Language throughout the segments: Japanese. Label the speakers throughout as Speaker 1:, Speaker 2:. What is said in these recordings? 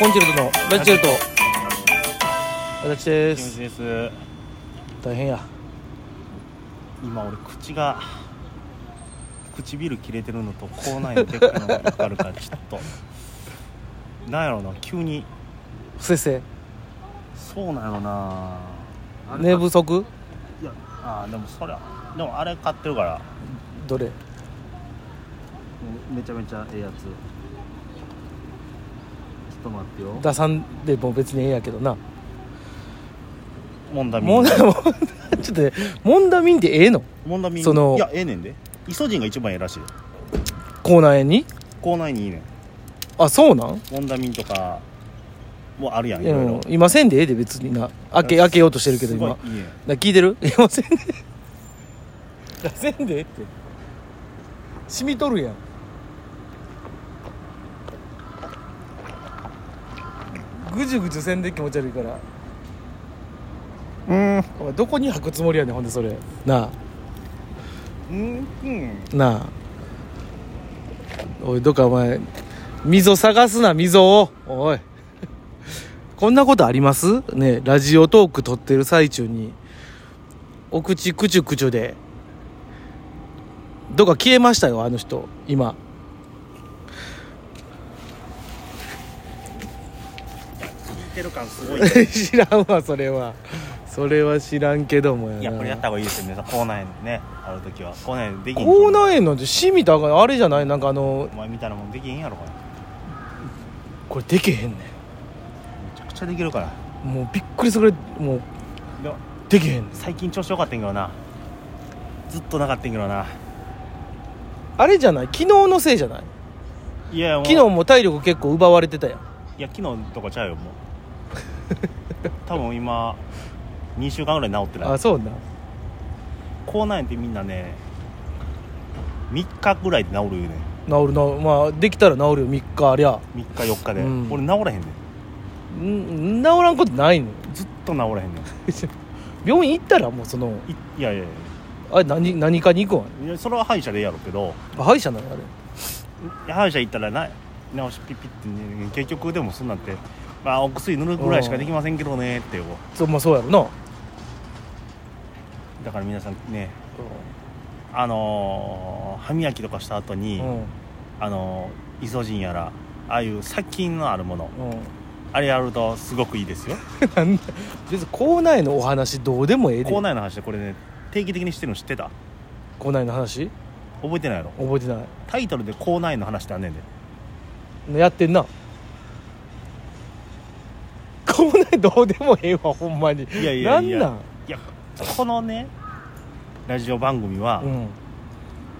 Speaker 1: コンチェルトのラチェルト私で
Speaker 2: 気持ち
Speaker 1: す
Speaker 2: です
Speaker 1: 大変や
Speaker 2: 今俺口が唇切れてるのと口内炎でっかいのがかかるからちょっとなんやろな急に
Speaker 1: 不摂生
Speaker 2: そうなんやろな
Speaker 1: 寝不足
Speaker 2: いやあーでもそりゃでもあれ買ってるから
Speaker 1: どれ
Speaker 2: めちゃめちゃええやつちょっと待ってよ
Speaker 1: 出さんでも別にええやけどな
Speaker 2: モンダミン
Speaker 1: モンダモンダちょっとねモンダミンってええの
Speaker 2: モンダミン
Speaker 1: その
Speaker 2: いやええねんでイソジンが一番ええらしいで
Speaker 1: 口内炎に
Speaker 2: 口内にいいねん
Speaker 1: あそうなん
Speaker 2: モンダミンとかもあるやんい
Speaker 1: で
Speaker 2: ろい
Speaker 1: も
Speaker 2: ろ
Speaker 1: 今せんでええで別にな開け開けようとしてるけど
Speaker 2: すごい
Speaker 1: 今だか
Speaker 2: いいねん
Speaker 1: ら聞いてる今せんで出せんでええって染みとるやんぐじゅぐじゅせんで気持ち悪いから
Speaker 2: うん
Speaker 1: お前どこに履くつもりやねんほんでそれな
Speaker 2: うんうん
Speaker 1: あなあおいどっかお前溝探すな溝をおい こんなことありますねラジオトーク撮ってる最中にお口くちゅくちゅでどっか消えましたよあの人今
Speaker 2: 聞いてる感すごい
Speaker 1: 知らんわそれはそれは知らんけどもやない
Speaker 2: やこれやった方がいいですよ皆さん口内炎ねある時は口内炎できん
Speaker 1: 口内炎なんてしみたらあかんあれじゃないなんかあの
Speaker 2: お前みたいなもんできへんやろこれめ
Speaker 1: これでけへんね
Speaker 2: ちゃくちゃできるから
Speaker 1: んもうびっくりするぐらいもう
Speaker 2: でも
Speaker 1: でけへんねん
Speaker 2: 最近調子よかったんけどなずっとなかったんけどな
Speaker 1: あれじゃない昨日のせいじゃない
Speaker 2: いやもう
Speaker 1: 昨日も体力結構奪われてたやん
Speaker 2: いや昨日とかちゃうよもう 多分今2週間ぐらい治ってない
Speaker 1: あそうな
Speaker 2: 口内炎ってみんなね3日ぐらいで治るよね
Speaker 1: 治る治るまあできたら治るよ3日ありゃ
Speaker 2: 3日4日で、
Speaker 1: うん
Speaker 2: 俺治らへんねん
Speaker 1: ん治らんことないの
Speaker 2: ずっと治らへんねん
Speaker 1: 病院行ったらもうその
Speaker 2: いいやいやい
Speaker 1: あれ何何かに行くわ
Speaker 2: やいやそれは歯医者でええやろうけど
Speaker 1: 歯医者なのあれ
Speaker 2: 歯医者行ったらな直しピッピッて、ね、結局でもそんなんて、まあ、お薬塗るぐらいしかできませんけどねってよ
Speaker 1: そうまあそうやろな
Speaker 2: だから皆さんねあのー歯磨きとかした後
Speaker 1: う
Speaker 2: に、
Speaker 1: んうん
Speaker 2: あのーイソジンやらああいう殺菌のあるもの
Speaker 1: うん
Speaker 2: あれやるとすごくいいですよ
Speaker 1: なんだ別に口内のお話どうでもええで
Speaker 2: 口内の話でこれね定期的にしてるの知ってた
Speaker 1: 口内の話
Speaker 2: 覚えてないの
Speaker 1: 覚えてな
Speaker 2: タイトルで口内の話ってあんねんで
Speaker 1: いやってんな口内どうでもええわほんまに
Speaker 2: いやいやいや
Speaker 1: なん
Speaker 2: いやこのねラジオ番組は、
Speaker 1: なんうん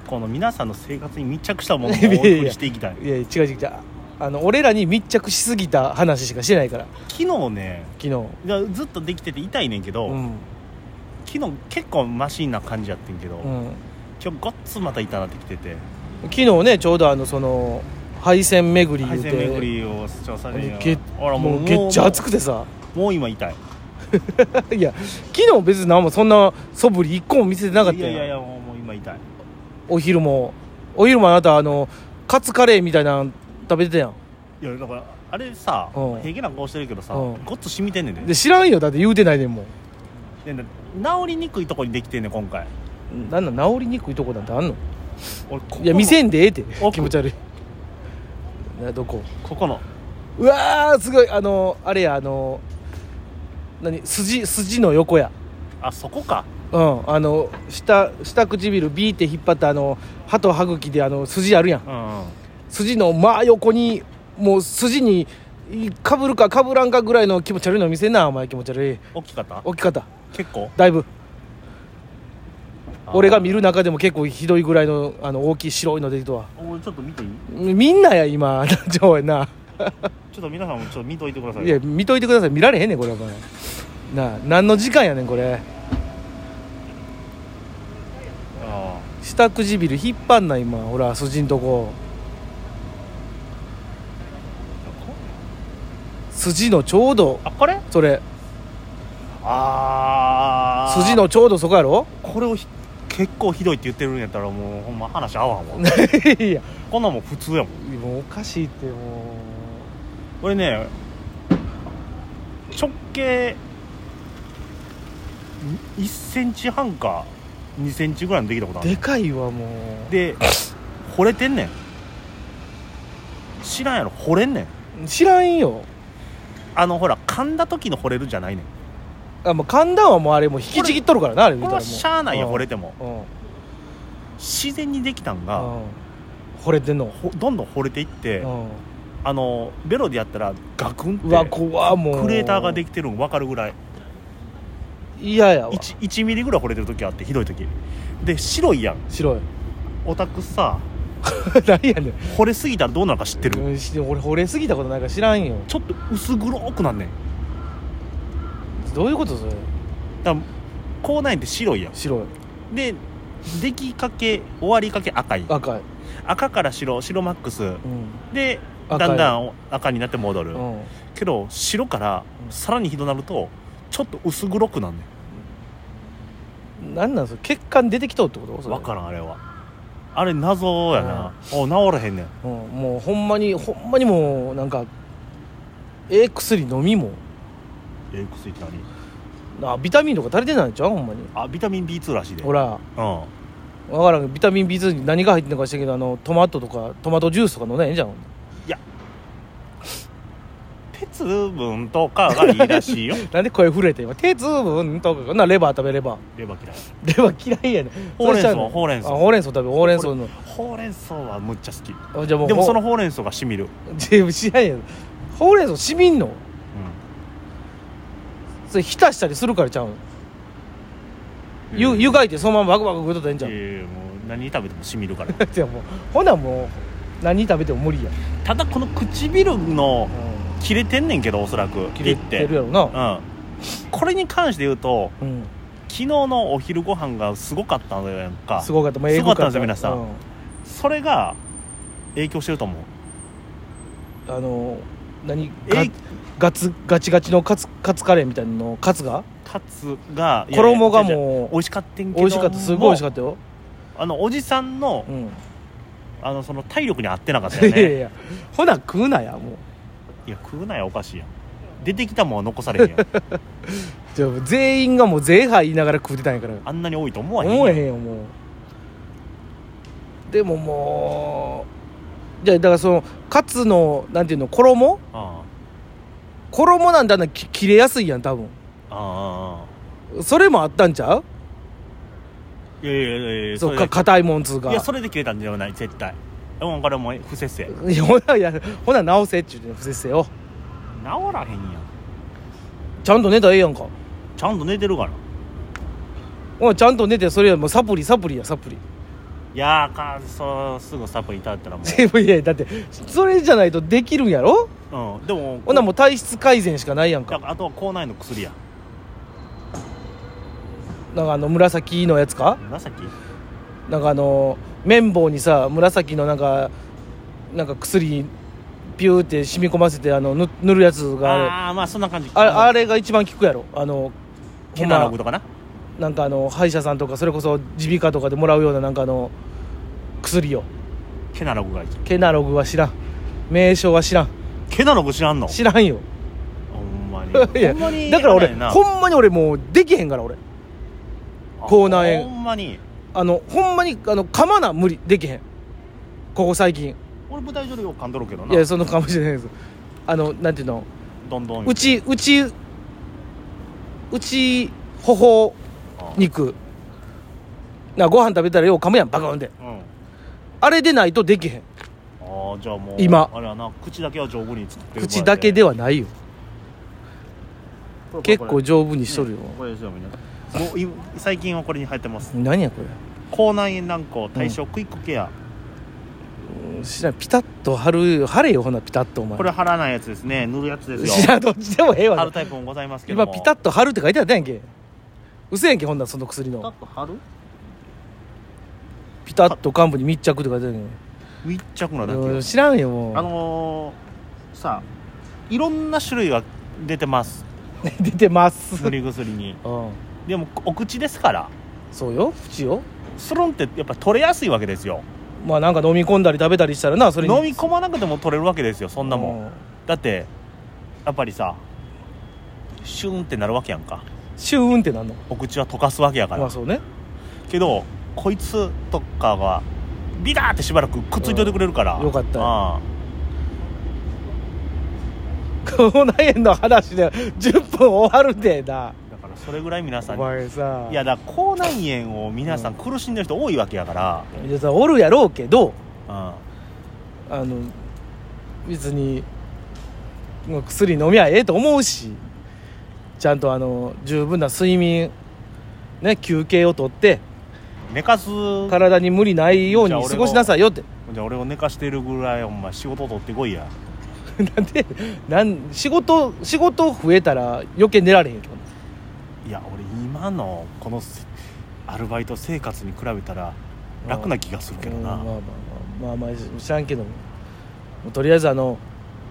Speaker 2: この皆さんの生活に密着したものをお送りしていきたい
Speaker 1: いや違う違う違うあの俺らに密着しすぎた話しかしてないから
Speaker 2: 昨日ね
Speaker 1: 昨日
Speaker 2: いやずっとできてて痛いねんけど、
Speaker 1: うん
Speaker 2: 昨日結構マシンな感じやってんけど、
Speaker 1: うん
Speaker 2: 今日ごっつまた痛なってきてて
Speaker 1: 昨日ねちょうどあのその配線巡り
Speaker 2: 配
Speaker 1: 言う
Speaker 2: 線
Speaker 1: て
Speaker 2: 巡りを主張される
Speaker 1: げ
Speaker 2: あらも
Speaker 1: も
Speaker 2: う
Speaker 1: うめっちゃ熱
Speaker 2: く
Speaker 1: くてさ
Speaker 2: もう今痛い
Speaker 1: いや昨日別に何もそんな素振り一個も見せてなかった
Speaker 2: いやいやい
Speaker 1: やん
Speaker 2: やもうもう今痛い
Speaker 1: お昼もお昼もあなたあのカツカレーみたいなの食べてたやん
Speaker 2: いやだからあれさ
Speaker 1: うん
Speaker 2: 平気な顔してるけどさ
Speaker 1: うん
Speaker 2: ごっつ染みてんねんで
Speaker 1: で知らんよだって言うてないねんも
Speaker 2: で治りにくいとこにできてんねん今回
Speaker 1: んなんなん治りにくいとこなんてあんの
Speaker 2: 俺ここの
Speaker 1: いや見せんでええって
Speaker 2: 奥
Speaker 1: 気持ち悪いなどこ
Speaker 2: ここの
Speaker 1: うわーすごいあのあれやあの何筋筋の横や
Speaker 2: あそこか
Speaker 1: うんあの下下唇ビーって引っ張ったあの歯と歯茎であの筋あるやん
Speaker 2: うん、うん、
Speaker 1: 筋の真横にもう筋にいかぶるかかぶらんかぐらいの気持ち悪いの見せんなお前気持ち悪い
Speaker 2: 大きかった
Speaker 1: 大きかった
Speaker 2: 結構
Speaker 1: だいぶ
Speaker 2: あー
Speaker 1: 俺が見る中でも結構ひどいぐらいのあの大きい白いの出てきたわ
Speaker 2: 俺ちょっと見ていい
Speaker 1: みんなや今 上位な
Speaker 2: ちょっと皆さんもちょっと見といてください
Speaker 1: いや見といてください見られへんねんこれお前なあ何の時間やねんこれ
Speaker 2: あ
Speaker 1: 下唇引っ張んな今ほら筋んとこ
Speaker 2: ー
Speaker 1: 筋のちょうど
Speaker 2: あこれ
Speaker 1: それ
Speaker 2: あー
Speaker 1: 筋のちょうどそこやろ
Speaker 2: これをひ結構ひどいって言ってるんやったらもうほんま話合わんわ
Speaker 1: いや
Speaker 2: こんなんもう普通やもん
Speaker 1: もうおかしいっても
Speaker 2: 俺ね直径1センチ半か2センチぐらいのできたことある
Speaker 1: でかいわもう
Speaker 2: で惚れてんねん知らんやろ惚れんねん
Speaker 1: 知らんよ
Speaker 2: あのほら噛んだ時の惚れるじゃないねん
Speaker 1: あもう寒暖はもうあれもう引きちぎっとるからなあれ見
Speaker 2: こ
Speaker 1: たら
Speaker 2: れ
Speaker 1: も
Speaker 2: は
Speaker 1: う
Speaker 2: しゃあないや
Speaker 1: うん
Speaker 2: 惚れても
Speaker 1: うん
Speaker 2: 自然にできたんが
Speaker 1: うん惚れてんの
Speaker 2: ほどんどん惚れていって
Speaker 1: うん
Speaker 2: あのベロでやったらガクンって
Speaker 1: うわ怖っもう
Speaker 2: クレーターがで
Speaker 1: き
Speaker 2: きてるの分かるぐらい
Speaker 1: いややわ
Speaker 2: 1, 1ミリぐらい惚れてる時あってひどい時で白いやん
Speaker 1: 白い
Speaker 2: オタクさ
Speaker 1: 何やねん
Speaker 2: 惚れすぎたらどうなるか知ってる、
Speaker 1: うんし俺惚れすぎたことなんか知らんよ
Speaker 2: ちょっと薄黒くなんねん
Speaker 1: どういうことそれ
Speaker 2: だから口内炎って白いや
Speaker 1: 白い
Speaker 2: んで出来かけ終わりかけ赤い
Speaker 1: 赤い、
Speaker 2: 赤から白白マックス
Speaker 1: うん
Speaker 2: でだ
Speaker 1: 赤い
Speaker 2: んだん赤になって戻る、
Speaker 1: うん、
Speaker 2: けど白から
Speaker 1: うん
Speaker 2: さらにひどなるとちょっと薄黒くなんね
Speaker 1: なんなんそれ血管出てきとうってこと
Speaker 2: ん
Speaker 1: それ
Speaker 2: 分からんあれはあれ謎やな、お治らへんねん
Speaker 1: うん、もうほんまにほんまにもうなんかええ薬飲みも
Speaker 2: え薬って何
Speaker 1: あビタミンとか足りてないんちゃうほんまに
Speaker 2: あビタミン B2 らしいで
Speaker 1: ほら
Speaker 2: うん
Speaker 1: わからんけどビタミン B2 に何が入ってんのか知らんけどあのトマトとかトマトジュースとか飲んだらええんじゃん
Speaker 2: 鉄分とかがいいらしいよ
Speaker 1: なんで声震えて今鉄分とかかなレバー食 べレバー
Speaker 2: レバー嫌い
Speaker 1: レバー嫌いやね
Speaker 2: ほうれ
Speaker 1: そ
Speaker 2: ん
Speaker 1: ちゃ
Speaker 2: 草
Speaker 1: の
Speaker 2: ほうれん草
Speaker 1: あほうれん草食べほうれん草の
Speaker 2: ほうれん草はむっちゃ好き
Speaker 1: あじゃあもう
Speaker 2: でもその
Speaker 1: ほ
Speaker 2: ほうれん草がしみる、
Speaker 1: う知らんやんほうれん草しみんのそれ浸したりするからちゃうん
Speaker 2: うん、
Speaker 1: ゆ湯がいてそのままバクバク食うとったらええんちゃう
Speaker 2: ええもう何食べてもしみるから
Speaker 1: いやもうほなもう何食べても無理や、
Speaker 2: ただこの唇の
Speaker 1: う
Speaker 2: 切れてんねんけどおそらく
Speaker 1: ん、切れてるやろな
Speaker 2: ピッてうんこれに関して言うと
Speaker 1: うん、
Speaker 2: 昨日のお昼ご飯がすごかったのやんか
Speaker 1: すごかった、ま
Speaker 2: すごかったんです
Speaker 1: 英
Speaker 2: よ
Speaker 1: 語
Speaker 2: 皆さんそれが影響してると思う
Speaker 1: うんあの何
Speaker 2: え
Speaker 1: ガガツガチガチのカツカツカレーみたいなのカツが
Speaker 2: カツがいやいや
Speaker 1: 衣が
Speaker 2: 違う違う
Speaker 1: も
Speaker 2: 美味しかったんけ
Speaker 1: う
Speaker 2: ど
Speaker 1: 美味しかったすごい美味しか
Speaker 2: っ
Speaker 1: ったよ、
Speaker 2: たあのおじさんの
Speaker 1: うん
Speaker 2: あのその体力に合ってなかった
Speaker 1: い
Speaker 2: よ
Speaker 1: やい
Speaker 2: ね
Speaker 1: やほな食うなやもう
Speaker 2: いや食うなよおかしいやん出てきたもんは残されへんや ん
Speaker 1: じゃあ全員がもうゼーハー言いながら食うてたんやから
Speaker 2: あんなに多いと思わへんやん
Speaker 1: 思えへんよもうでももうじゃあだからそのカツのなんていうの衣
Speaker 2: あ
Speaker 1: 衣なんてあんなき切れやすいやん多分
Speaker 2: あああああ
Speaker 1: それもあったんちゃう
Speaker 2: いやいやいやいや
Speaker 1: そう
Speaker 2: れ
Speaker 1: か
Speaker 2: で
Speaker 1: 硬いもんつうか
Speaker 2: いやそれで切れたんじゃない絶対うんこれもう不節制治
Speaker 1: いやほないやほな直せっちゅうてん不節制よ
Speaker 2: らへんやん
Speaker 1: ちゃんと寝たらええやんか
Speaker 2: ちゃんと寝てるから
Speaker 1: ほなちゃんと寝てそれよりもサプリサプリやサプリ
Speaker 2: いやあかんそうすぐサプリ食べたらも
Speaker 1: いやだってそれじゃないとできるんやろ
Speaker 2: う、うん、でも
Speaker 1: ほなもう体質改善しかないやん
Speaker 2: だ
Speaker 1: か
Speaker 2: からあとは口内の薬や
Speaker 1: なんかあの紫のやつか
Speaker 2: 紫
Speaker 1: なんかあの綿棒にさ紫のなんかなんか薬ピューって染み込ませてあのぬ塗るやつがあれ
Speaker 2: ああまあそんな感じ
Speaker 1: あれあ
Speaker 2: れ
Speaker 1: れが一番効くやろあのほ
Speaker 2: ケ
Speaker 1: ん
Speaker 2: ナロ
Speaker 1: ま
Speaker 2: グとかな
Speaker 1: なんかあの歯医者さんとかそれこそ耳鼻科とかでもらうようななんかあの薬よ
Speaker 2: ケナログがいい
Speaker 1: ケナログは知らん名称は知らん
Speaker 2: ケナログ知らんの
Speaker 1: 知らんよ
Speaker 2: ほんまに
Speaker 1: いや
Speaker 2: ほんまに
Speaker 1: だから
Speaker 2: あ
Speaker 1: 俺
Speaker 2: れやな
Speaker 1: ほんまに俺もうできへんから俺口内炎
Speaker 2: ほんまに
Speaker 1: あのほんまにあの噛まな無理できへんここ最近
Speaker 2: 俺舞台上でよく噛んどるけど
Speaker 1: い
Speaker 2: な
Speaker 1: やそのかもしれないですあのなんていうの
Speaker 2: どんどん
Speaker 1: うちうちうち頬
Speaker 2: あ
Speaker 1: 肉なご飯食べたらよう噛むやんバカンで
Speaker 2: うん
Speaker 1: あれでないとできへん
Speaker 2: ああじゃあもう
Speaker 1: 今
Speaker 2: あれはな口だけは丈夫に作ってる
Speaker 1: 口だけで
Speaker 2: は
Speaker 1: はないよ結構丈夫にしとるよ、
Speaker 2: これですよみんなもうい最近はこれに入ってます
Speaker 1: 何やこ
Speaker 2: 口内炎軟膏対象クイックケア、
Speaker 1: れ知らんピタッと貼る貼れよほなピタッとお前
Speaker 2: これ貼らないやつですね塗るやつです
Speaker 1: 知
Speaker 2: よ
Speaker 1: らんどっちでもええ
Speaker 2: 貼
Speaker 1: わ
Speaker 2: るタイプもございますけど
Speaker 1: 今
Speaker 2: も
Speaker 1: ピタッと貼るって書いてあったやんけ嘘やんけほんならその薬
Speaker 2: ピタッ
Speaker 1: の
Speaker 2: と貼る
Speaker 1: ピタッと幹部に密着って書いてあったやん
Speaker 2: 密着なだけ
Speaker 1: け知らんよもう
Speaker 2: あのー、さいろんな種類が出てます
Speaker 1: 出てます
Speaker 2: 塗り薬 に
Speaker 1: うん
Speaker 2: でもお口ですから
Speaker 1: そうよ縁よ
Speaker 2: スロンってやっぱ取れやすいわけですよ
Speaker 1: まあなんか飲み込んだり食べたりしたらなそれに
Speaker 2: 飲み込まなくても取れるわけですよそんなもんだってやっぱりさシューンってなるわけやんか
Speaker 1: シューンってなんの
Speaker 2: お口は溶かすわけやから、
Speaker 1: まあそうね
Speaker 2: けどこいつとかはビラーってしばらくくっついといてくれるから、
Speaker 1: うんよかったよ
Speaker 2: あ
Speaker 1: この辺の話で10分終わるでな
Speaker 2: あだからそれぐらい皆さ
Speaker 1: お
Speaker 2: んに
Speaker 1: 前さ
Speaker 2: いやだから口内炎を皆さん苦しんでる人多いわけやから、
Speaker 1: いやさおるやろうけど
Speaker 2: うん
Speaker 1: あの別にもう薬飲みゃええと思うしちゃんとあの十分な睡眠ね休憩をとって
Speaker 2: 寝かす
Speaker 1: 体に無理ないように過ごしなさいよって
Speaker 2: じゃあ俺を寝かしてるぐらいお前仕事取ってこいや
Speaker 1: なんでなん仕事仕事増えたら余計寝られへんけど
Speaker 2: いや俺今のこのせアルバイト生活に比べたら楽な気がするけどな、
Speaker 1: うんまあまあまあまあまあ知らんけどももうとりあえずあの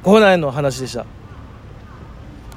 Speaker 1: 校内の話でした